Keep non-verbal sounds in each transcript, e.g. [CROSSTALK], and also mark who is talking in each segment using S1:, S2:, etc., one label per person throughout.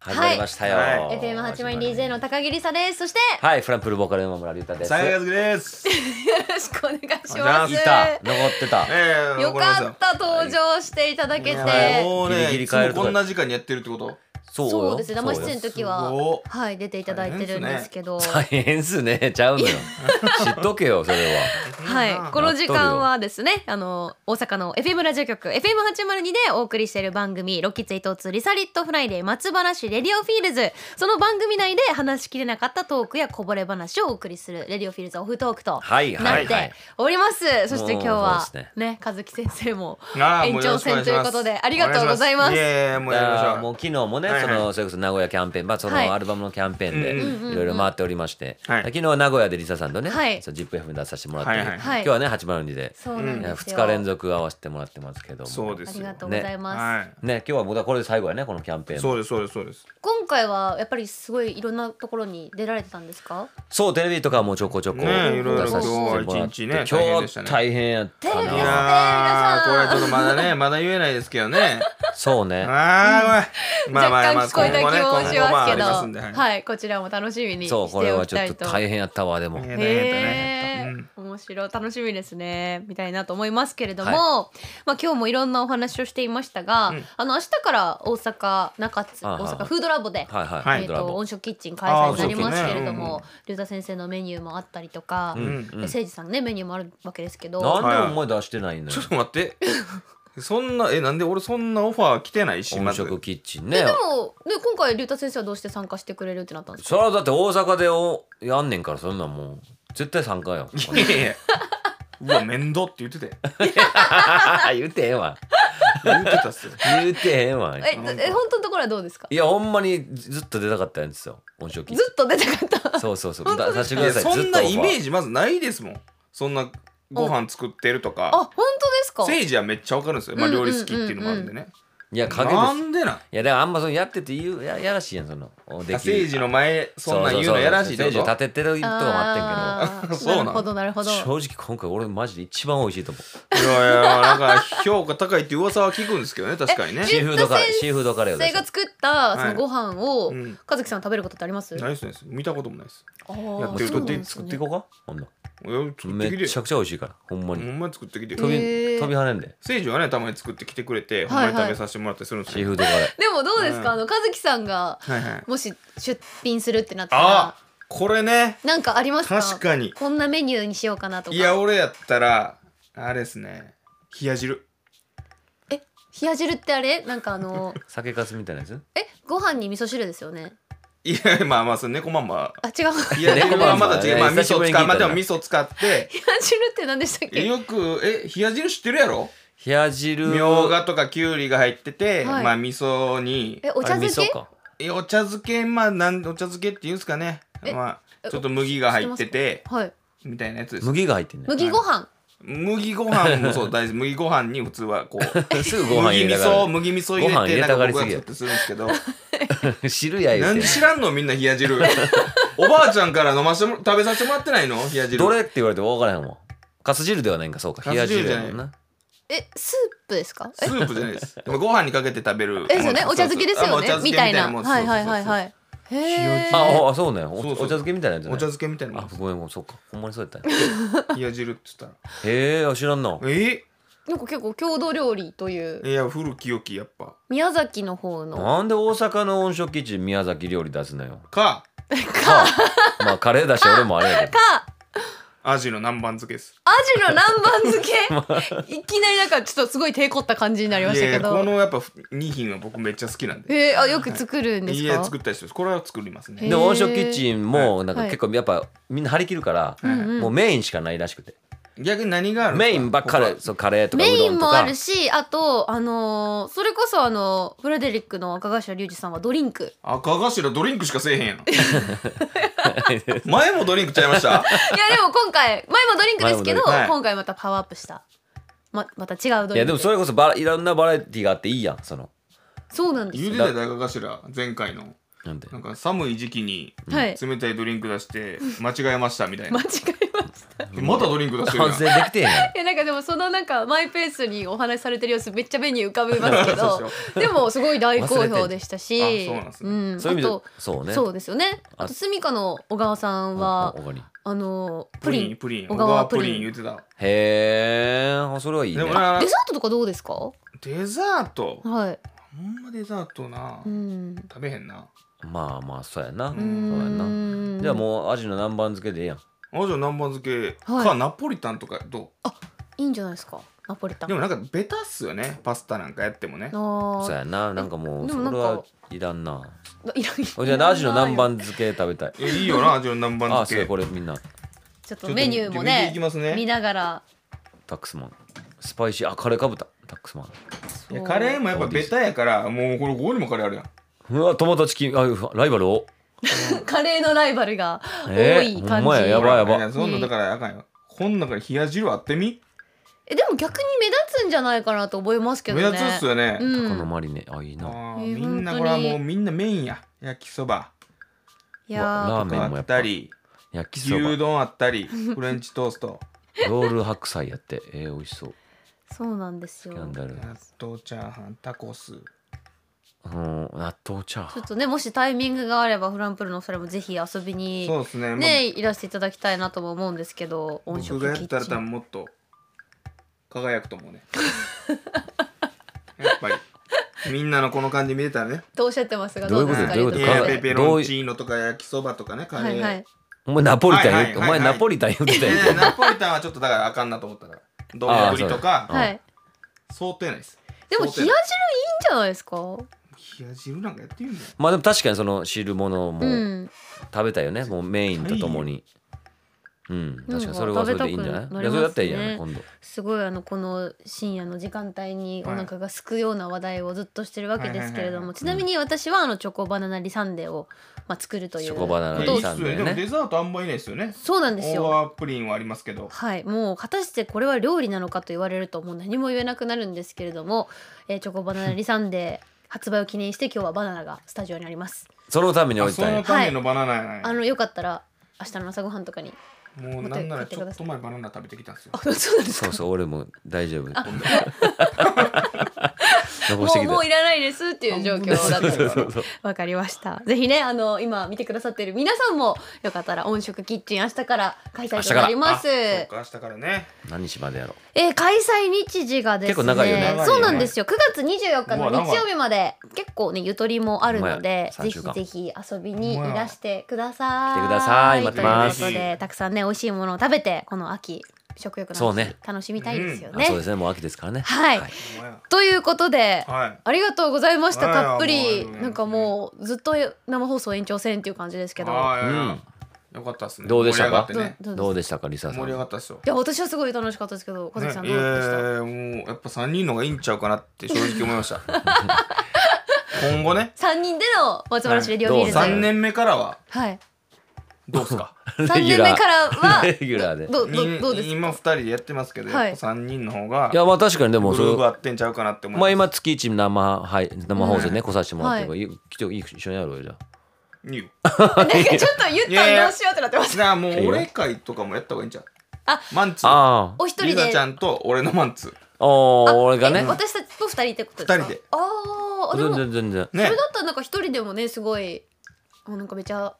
S1: 始まりましたよ。
S2: は
S3: FM8 0 DJ の高木梨沙です。そして
S1: はい、フランプルボーカル山村龍太です。
S2: 最悪
S3: [LAUGHS]
S2: です。
S3: よろしくお願いし
S2: お願
S3: ま
S2: い
S3: す。
S2: し
S1: いた、残ってた。
S2: ええ
S3: よかった登場していただけて、
S2: はい、もう
S1: ギリ
S2: ね、
S1: ギリ
S2: いつ
S1: 帰る
S2: も
S1: とか
S2: こんな時間にやってるってこと。
S1: そうよ
S3: そうですね。
S1: そうよ
S3: 生出演の時
S2: すご
S3: は
S2: っ
S3: はい出ていただいてるんですけど、
S1: 大変っすね、ちゃう
S3: [LAUGHS]
S1: のよ。知っとけよ、それは。
S3: はいこの時間はですねあの大阪の FM ラジオ局 FM802 でお送りしている番組「ロッキーツイートツリサリットフライデー松原市レディオフィールズ」その番組内で話しきれなかったトークやこぼれ話をお送りするレディオフィールズオフトークと
S1: はいは
S3: ないっ
S1: はい
S3: て。おります、そして今日
S1: もう
S3: は
S1: そうです
S3: ね和樹先生も
S2: あー
S3: 延長戦ということでありがとうございます
S2: いえいえ、もうやりましょう。
S1: もう昨日もね、
S2: はいはい
S1: そのそれこそ名古屋キャンペーン、まあその
S3: はい
S1: アルバムのキャンペー
S2: うん
S1: ンでいろいろ回っておりまして、
S2: はい
S1: 昨日は名古屋でリサさんとね、
S3: はい
S1: そうジップ F に出させてもらって、
S2: はいはい
S3: は
S1: 今
S3: い
S1: 日はね802で
S3: そうなんです
S1: 2
S3: よ、
S1: 日連続合わせてもらってますけども、
S2: そうで
S3: あ
S2: す
S3: り
S2: よ。
S3: がとうございます、
S2: はい。
S1: ね今日はもうだからこれで最後やねこのキャンペーンも
S2: そうです、そうです、そうです。
S3: 今回はやっぱりすごいいろんなところに出られてたんですか
S1: そうテレビとかもちょこちょこ出
S2: ねえいろいろ
S1: させてもらって、
S2: 今日は一日ね
S1: 今
S2: 大変でし
S1: 日
S2: たね
S1: 大変やった
S3: テレビ
S2: い
S3: ですね
S1: な
S2: やー、こ
S3: 皆
S2: れ
S3: さん
S2: ちょっとま
S3: [LAUGHS]
S2: だね、まだ言えないですけどね。
S1: そうね
S2: ああ、ごめん。まあまあまあ、
S3: 若干聞こえた気もし
S2: 今後ね今後
S3: ま
S2: あ
S3: すけ
S2: り
S3: ど、
S2: ますんではい
S3: はい、こちらも楽しみにして
S1: そ
S3: お
S1: うこれは
S3: き
S1: ちょ
S3: た
S1: っ
S3: い
S1: と
S3: と。
S1: 大変やったわでも、
S2: ね
S3: へ
S2: 大変だね
S3: ー面白い楽しみですねみたいなと思いますけれども、
S1: はい
S3: まあ今日もいろんなお話をしていましたが、あの明日から大阪中津
S1: あは
S3: 大
S1: いはい
S3: 阪フードラボで、
S1: はいはい、
S2: はい
S3: えー、
S1: ドラ
S3: と
S1: ボ
S3: 音食キッチン開催になりますけれど
S2: あーそう
S3: も龍太、先生のメニューもあったりとか
S1: うん
S2: うん
S1: う
S3: 誠司、さんのねメニューもあるわけですけど
S1: なんでお前出してないの
S2: ち
S1: よ
S2: ょっと待って。そんな、え、なんで俺そんなオファー来てないし、ま
S1: 音
S2: ず。
S1: 食キッチンね
S3: でもね今回龍太先生はどうして参加してくれるってなったんですか
S1: それはだって大阪でおやんねんからそんなんもう絶対参加よ
S2: [LAUGHS] いやいや。うわ、面倒って言ってて。
S1: 言うてへんわ
S2: 言ってたっすよ。
S1: 言うてへんわ
S3: ええ本当のところはどうですか
S1: いやほんまにずっと出たかったんですよ音食キッチ
S3: ずっと出たかった
S1: ンそうそうそう出させて
S2: い
S1: くだ
S2: や
S1: さい
S2: そんなイメー
S1: ジ
S2: ジまずないですもんそんなご飯作ってると
S3: あ本
S2: か
S3: 当ですか
S2: 誠治はめっちゃわかるんですよ、まあ、
S3: うんうんう
S2: 料
S3: んうん
S2: 理好きっていうのもあるんでね、
S1: いや影です
S2: なんでなん
S1: いやだからあんまそのやってて言うややらしいやんそのおで
S2: 誠治の前そんなん言うのやらしいって
S1: 政治
S2: こ
S1: 立
S2: と
S1: ててるとこもあっ
S3: あー
S2: [LAUGHS] そうな
S3: なる
S2: の
S3: ほどなるほ
S1: てんけ
S3: ど
S1: ど正直今回俺マジで一番美味しいと思う
S2: いやいやなんか評価高いって噂は聞くんですけ
S3: [LAUGHS]
S2: どね確かにね
S1: シーフードカレーシーフードカレーを
S3: 先
S1: 出し
S3: 生
S1: た
S3: が作ったそ
S2: は
S3: の
S2: い
S3: ご飯を
S2: うん
S3: 和樹さんは食べることってあります
S2: ないですないです見たこともないです
S3: あ
S2: やっ
S3: ー
S2: てる
S3: そうなん
S2: だ
S3: で
S2: っ
S3: す
S1: 作っ
S3: ね
S1: ていこうか今度
S2: いや作ってき
S1: め
S2: て
S1: ちゃ
S2: よ
S1: くちゃ美味しいからほんま
S2: ほ
S1: に
S2: んまに作ってきて
S1: 飛
S2: よ
S1: び
S3: へー
S1: 飛び跳ねんで
S2: 誠治はねたまに作ってきてくれてほん
S3: は
S2: ま
S3: いはい
S2: に食べさせてもらったりするんです
S1: シー
S2: よ
S1: フードカレー
S3: でもどうですかあの和樹さんが
S2: はいはい
S3: もし出品するってなった
S2: あ
S3: ら
S2: これね
S3: なんかありますか
S2: 確かに
S3: こんなメニューにしようかなとか
S2: いや俺やったらあれですね冷や汁
S3: え冷や汁ってあれなんかあ
S2: [LAUGHS]
S3: の
S1: 酒粕みたいなやつ
S3: えご飯に味噌汁ですよね
S2: いやまあまあその猫まんま
S3: あ違う [LAUGHS] 冷や汁っ
S2: いや
S1: 猫
S2: 猫
S1: ま
S2: ま
S1: ん
S2: ん
S1: ま
S2: ま
S1: だ
S2: だ
S1: ね
S2: 違うまあ味
S1: 久しぶり
S2: 噌
S1: に聞
S2: 使
S1: いたな
S2: うまあでも味噌使って
S3: て何でしたっ
S1: [LAUGHS]
S3: け
S2: よくえ冷や汁知ってるやろ
S1: 冷や汁
S2: みょうがとかきゅうりが入ってて、
S3: はい
S2: まあ味噌に
S3: えお茶
S1: あれ味
S3: 漬け
S1: 噌か
S2: えお茶漬けまあなんお茶漬けっていうんですかね
S3: え
S2: まあ
S3: え
S2: ちょっと麦が入ってて
S3: はい
S2: みたいなやつです
S1: 麦が入ってんね
S3: 麦ご飯
S2: 麦ご飯もそ
S1: [LAUGHS]
S2: う大事麦ご飯に普通はこう
S1: す [LAUGHS] ぐご飯入
S2: 麦
S1: れ
S2: 味
S1: たが
S2: 噌
S1: る
S2: 麦味噌
S1: ご飯
S2: 入
S1: 入
S2: れて
S1: れ
S2: な
S1: た
S2: ん
S1: がり
S2: か僕
S1: す
S2: が
S1: ぎや
S2: 作ってするんですけ
S1: [LAUGHS]
S2: ど
S1: 汁や
S2: なん
S1: 言う
S2: で
S1: て
S2: 知らんのみんな冷
S1: [LAUGHS]
S2: や汁おばあちゃんから飲ませても食べさせてもらってないの冷や汁
S1: どれって言われても分からへんもんかす汁ではないんかそうか冷や汁やもんな
S3: えスープですか
S2: スープじゃない
S3: [LAUGHS]
S2: です。でもご飯にかけて食べる。
S3: えですよねお茶漬けですよ
S2: あお茶
S3: ね
S2: 漬け
S3: みたいな
S2: もん
S3: はいはいはいは
S2: そう
S3: いへえ
S1: あおあそうねおお
S2: そう
S1: 茶
S2: そう
S1: 漬けみたいなやつ
S2: そう
S1: ね
S2: そうお茶漬けみたいなも
S1: あ
S2: んで
S1: ごめんごめんそうかほんまにそうやったんや
S2: す。冷や汁って言ったら。
S1: へえ知らんな
S2: え
S3: なんか結構郷土料理という
S2: いや古き良きやっぱ。
S3: 宮崎の方の
S1: なんで大阪の温食基地宮崎料理出すのよ
S2: か
S1: かまあカレーだし俺もあれやけ
S3: か
S2: アジの南蛮漬けです。
S3: アジの
S1: [LAUGHS]
S3: 南蛮漬けいきなりなんかちょっとすごい低凝った感じになりました
S2: い
S3: け
S2: やこ
S3: ど
S2: のやっぱ二品は僕めっちゃ好きなんで。
S3: えー、あよく作るんで
S2: い
S3: す
S2: や
S3: か
S2: 作ったりします。これは作ります
S3: へ
S1: ど
S2: ね。
S1: で温食キッチンもなんか
S3: はい
S1: 結構やっぱみんな張り切るから
S3: うんうん
S1: もうメインしかないらしくて
S2: 逆に何があるんです
S1: メ
S2: か
S1: インばっかりそうカレーとか
S3: メ
S1: う
S3: イ
S1: どん
S3: ン
S1: と
S3: もあ
S1: か
S3: るしあとあのーそれこそあのフレデリックの赤頭隆二さんはドリンク
S2: 赤頭ドリンクしかせえへん [LAUGHS] やん。前もドリンクちゃいま [LAUGHS] した。
S3: [LAUGHS] いやでも今回前もドリンクですけど、
S2: 前もドリンクはい
S3: 今回またパワーアップしたままた違うドリンク
S1: いやでもそれこそバラいろんなバラエティがあっていいやんその
S3: そうなんです
S2: 言う
S3: よ
S2: てたで赤頭前回の
S1: なんで
S2: なんか寒い時期に
S3: はい
S2: 冷たいドリンク出して間違えましたみたいな
S3: 間違。えました
S2: またドリンク出してるや
S1: 反
S2: ん
S1: 省できてへんやん
S3: [LAUGHS] いやなんかでもそのなんかマイペースにお話しされてる様子めっちゃ目に浮かびますけ
S2: そう
S3: どでもすごい大好評でしたし
S2: あそうなんですね
S3: うん
S1: そういう意味
S3: あと
S1: でそうね
S3: そうですよねあと住処の小川さんは
S1: おおかり
S3: あのプ
S2: プ
S3: リン
S2: リンプリン
S3: 小
S2: 小
S3: 川
S2: 川プ
S3: プリン
S2: リン言ってた
S1: へえそれはいいね
S2: でもな
S3: デザートとかどうですか
S2: デザート
S3: はい
S2: ほんまデザートな
S3: うん
S2: 食べへんな
S1: まあまあそうやな、
S2: う
S3: う
S2: そ
S1: そうやなんじゃあもうアジの南蛮漬けでええやん
S2: あじゃあ南蛮漬け
S3: はい
S2: かナポリタンとかど
S3: いいんじゃないですかナポリタン
S2: うでもなんかベタっすよねパスタなんかやってもね
S3: あ
S1: そうやななんかもう
S3: で
S1: そ
S3: も
S1: れ
S3: なんか
S1: はいらんな
S3: あいらんいらん
S1: じゃあアジの南蛮漬け食べたい
S2: えいいよな味の南蛮
S1: あ
S2: 漬
S1: そう
S2: け
S1: やこれみんな
S3: ちょっ
S2: ちょ
S3: と
S2: っと
S3: メニューもね
S2: 見ていきますね
S3: 見ながら
S1: タックスマンスパイシーあカレーかぶたタックスマン
S2: いやカレーもやっぱベタやからもうこれここにもカレーあるやん
S1: うわトマトチキンあうわライバルを
S3: カレーのライバルが
S1: え
S3: 多
S1: ー
S3: い感じ、
S1: ほんまややばい
S2: いやそんなだからあかんよこん中に冷や汁あってみ
S3: えでも逆に目立つんじゃないかなと思いますけど
S2: 目
S3: ね
S2: 立つっすよね
S1: こ
S3: う
S1: の
S3: ん、
S1: マリネあいいなうわ
S2: あ
S3: え
S2: ーみんな
S3: 本
S2: こ
S3: 当
S2: れ
S3: に
S2: はもうみんなメインや焼きそば
S3: いや
S1: ラーメンもや
S2: あっ
S1: っぱ
S2: たり
S1: 焼きそば
S2: 牛丼あっ
S3: [LAUGHS]
S2: たりフレンチトースト
S1: ロール白菜やってえー、美味しそう
S3: ーそうなんですよ
S1: キャンダル
S2: 納豆チャーハンタコス
S1: うん納豆チャーハ
S3: ちょっとねもしタイミングがあればフランプルのお二人もぜひ遊びに
S2: そうですねまあ
S3: ねいらしていただきたいなとも思うんですけど音
S2: 僕
S3: 色
S2: がや
S3: キ
S2: ったら
S3: ッチ
S2: 多
S3: ン
S2: 分もっと輝くと
S3: [LAUGHS]
S2: 思うねやっぱりみんなのこの感じ見れたらね
S3: とおっしゃってますが
S1: どういうこと
S3: ですか
S1: どういうこと
S3: リ
S2: い
S3: ーダ
S2: や
S3: ー
S1: 輝
S2: ペ
S1: く
S2: ペロンチーノとか焼きそばとかねカレ
S3: はい
S2: ー、
S3: はい
S1: ンお前ナポリタン言って、
S2: はいはいはいはい
S1: お前ナポリタン言ってたやん
S2: いやナポリタンはちょっとだからあかんなと思ったから丼と
S1: あ
S2: か
S3: はい
S2: 想定内です
S3: でも冷や汁いいんじゃないですか
S2: 冷や汁なんかやってみるんだよ
S1: まあでも確かにその汁物
S3: う
S1: も
S3: ん
S1: 食べたいよね、もうメインとともにうん確かにそれはそれでいいんじゃない,、
S3: なんか食べたくなりますね
S1: いやそれだったらいいじゃない今度
S3: すごいあのこの深夜の時間帯にお腹がすくような話題をずっとしてるわけですけれど
S2: はいはいはいは
S3: もちなみに私はあのチョコバナナリサンデをまあ作るという
S1: チョコバナナ
S3: こ
S1: リ
S3: と
S1: サ
S3: を
S1: ンデ
S2: いいっすよねでもデザートあんまいないですよね
S3: そうなんです
S2: 大
S3: よ
S2: 葉プリンはありますけど
S3: はいもう果たしてこれは料理なのかと言われるともう何も言えなくなるんですけれども、えーチョコバナナリサンデー発売を記念して今日はバナナがスタジオにあります
S1: そのために置
S2: あ
S1: い
S2: そ
S1: たん
S2: の
S1: や
S2: ためのバナナやない
S3: あのよかったら明日の朝ごはんとか
S2: [LAUGHS]
S3: に
S2: もうなんならちょっと前バナナ食べてきたんですよ
S3: あそうなんです
S1: そ
S3: か
S1: うそう俺も大丈夫 [LAUGHS] 残して
S3: もう
S1: き
S3: も
S1: た
S3: ういらないですっていう状況だったん
S2: そ
S3: で
S2: う
S3: す
S2: そうそう
S3: わかりました。ぜひね、あの、今見てくださっている皆さんも、よかったら、音食キッチン、明日から開催となります。
S2: あそう
S3: え
S2: か明日からね
S1: 何日までやろう
S3: ー開催日時がですね、
S1: 結構長いよね
S2: 長いよね
S3: そうなんですよ。9月24日の
S2: うわ
S3: 日曜日まで、結構ね、ゆとりもあるので、
S1: ほんまや三
S3: ぜひ
S1: 週間
S3: ぜひ遊びにいらしてください。
S1: 来てください待ってます
S3: ということで、たくさんね、美味しいものを食べて、この秋、食欲
S1: そ
S3: の
S1: う
S3: 秋
S1: ね、
S3: 楽しみたいですよ
S1: あ
S3: ね
S1: そう。ですねもう秋ですからね
S3: はい
S2: ほんまや
S3: ということで、
S2: はい
S3: ありがとうございました。
S2: はい
S3: たっぷ
S2: あり
S3: り、
S2: がとうございます
S3: なんかもうずっと生放送延長戦っていう感じですけど。
S2: あーいやいや
S1: うん
S2: よかったっすね
S1: どうでしたか
S2: 盛り上がってね
S3: どう
S1: ど
S3: どう
S1: う
S3: です
S1: でしたかリサさ
S2: 盛り上
S1: ん
S2: がったっすよ
S3: いや私はすごい楽しかったですけど、小関さん
S2: ね
S3: どうでした。
S2: えーもうやっぱ3人の方がいいんちゃうかなって正直思いました
S1: [LAUGHS]
S2: 今後ね
S3: 三、人での松原市レディオフィールズ。
S1: はい
S2: 3年目からは
S3: はい。
S2: どうっすか
S3: 三年目から
S1: [LAUGHS]
S3: は
S1: レギュラーで
S3: [LAUGHS] どどどどうです
S2: 今2人でやってますけど
S3: はい
S2: やっぱ3人の方が
S1: いやまあ確かにでも
S2: グ
S1: そ
S2: ルー
S1: れ
S2: ブ合ってんちゃうかなって思い
S1: まあ
S2: ま
S1: 今月一生,、はい、生放送ね、来させてもらってるから、、
S3: はい
S1: 来て一緒にやろうよじゃあ
S2: すいいよ
S3: か。なん [LAUGHS] かちょっと言ったらどうしようってなってます。
S2: じゃあもう俺会とかもやった方がいいんちゃう
S3: あ
S2: マンツ
S1: ああ
S3: お一人
S2: リ
S3: で。
S2: ナちゃんと俺のマンツ
S1: お
S3: あ
S1: ー俺がね
S3: え私たちと二人ってことですか。
S2: 二人で
S3: ああ、でも、
S1: 全然全然
S3: そ
S2: ね
S3: れだったらなんか一人でもねすごい、あなんかめちゃ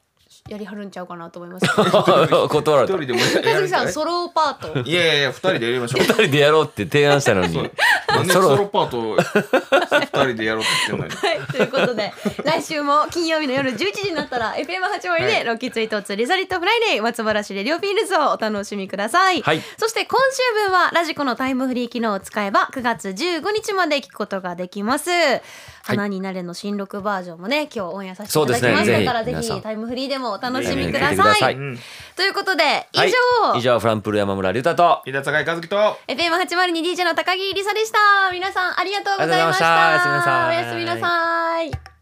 S3: やりはるんちゃうかなと思い
S2: [LAUGHS]
S3: ますけど。
S1: [LAUGHS] 断ら
S2: [LAUGHS] 一
S1: れた
S2: 人
S1: 二
S2: でもや
S3: 小
S2: る
S3: 関
S2: んじ
S3: さ
S2: ゃなんい
S3: ソロパート。
S2: いやいやいや2人でやりましょう
S1: 人でやろうって提案したのに
S2: なんで
S1: ソ
S2: ソ
S1: ロ
S2: ロパートを2人でやろうって言ってんのに
S3: はい、ということで来週も金曜日の夜11時になったら FM 八割
S2: は
S3: で
S2: い
S3: ロッキーツイートツリザリットフライデー松原市レディオフィールズをお楽しみください、
S1: はい
S3: そして今週分はラジコのタイムフリー機能を使えば9月15日まで聞くことができます、花になれの新録バージョンもね今日オンエアさせていただきま
S1: そうです
S3: し
S1: ね
S3: たから、
S1: ぜひ皆
S3: ぜ
S1: さ
S3: ひ
S1: ん
S3: タイムフリーでもお楽し
S1: ぜ
S3: み
S1: ひ
S3: く
S1: 見
S3: だ
S1: て
S3: さ
S1: く
S3: い
S1: ださい
S2: [LAUGHS] うん
S3: ということで以
S1: はい
S3: 上、
S1: 以上フランプル山村龍太と
S2: 井田坂井和樹と
S3: FM802DJ の高木りさでした皆さんありがとうございました
S1: ありがとうございましたおやすみなさい
S3: おやすみなさい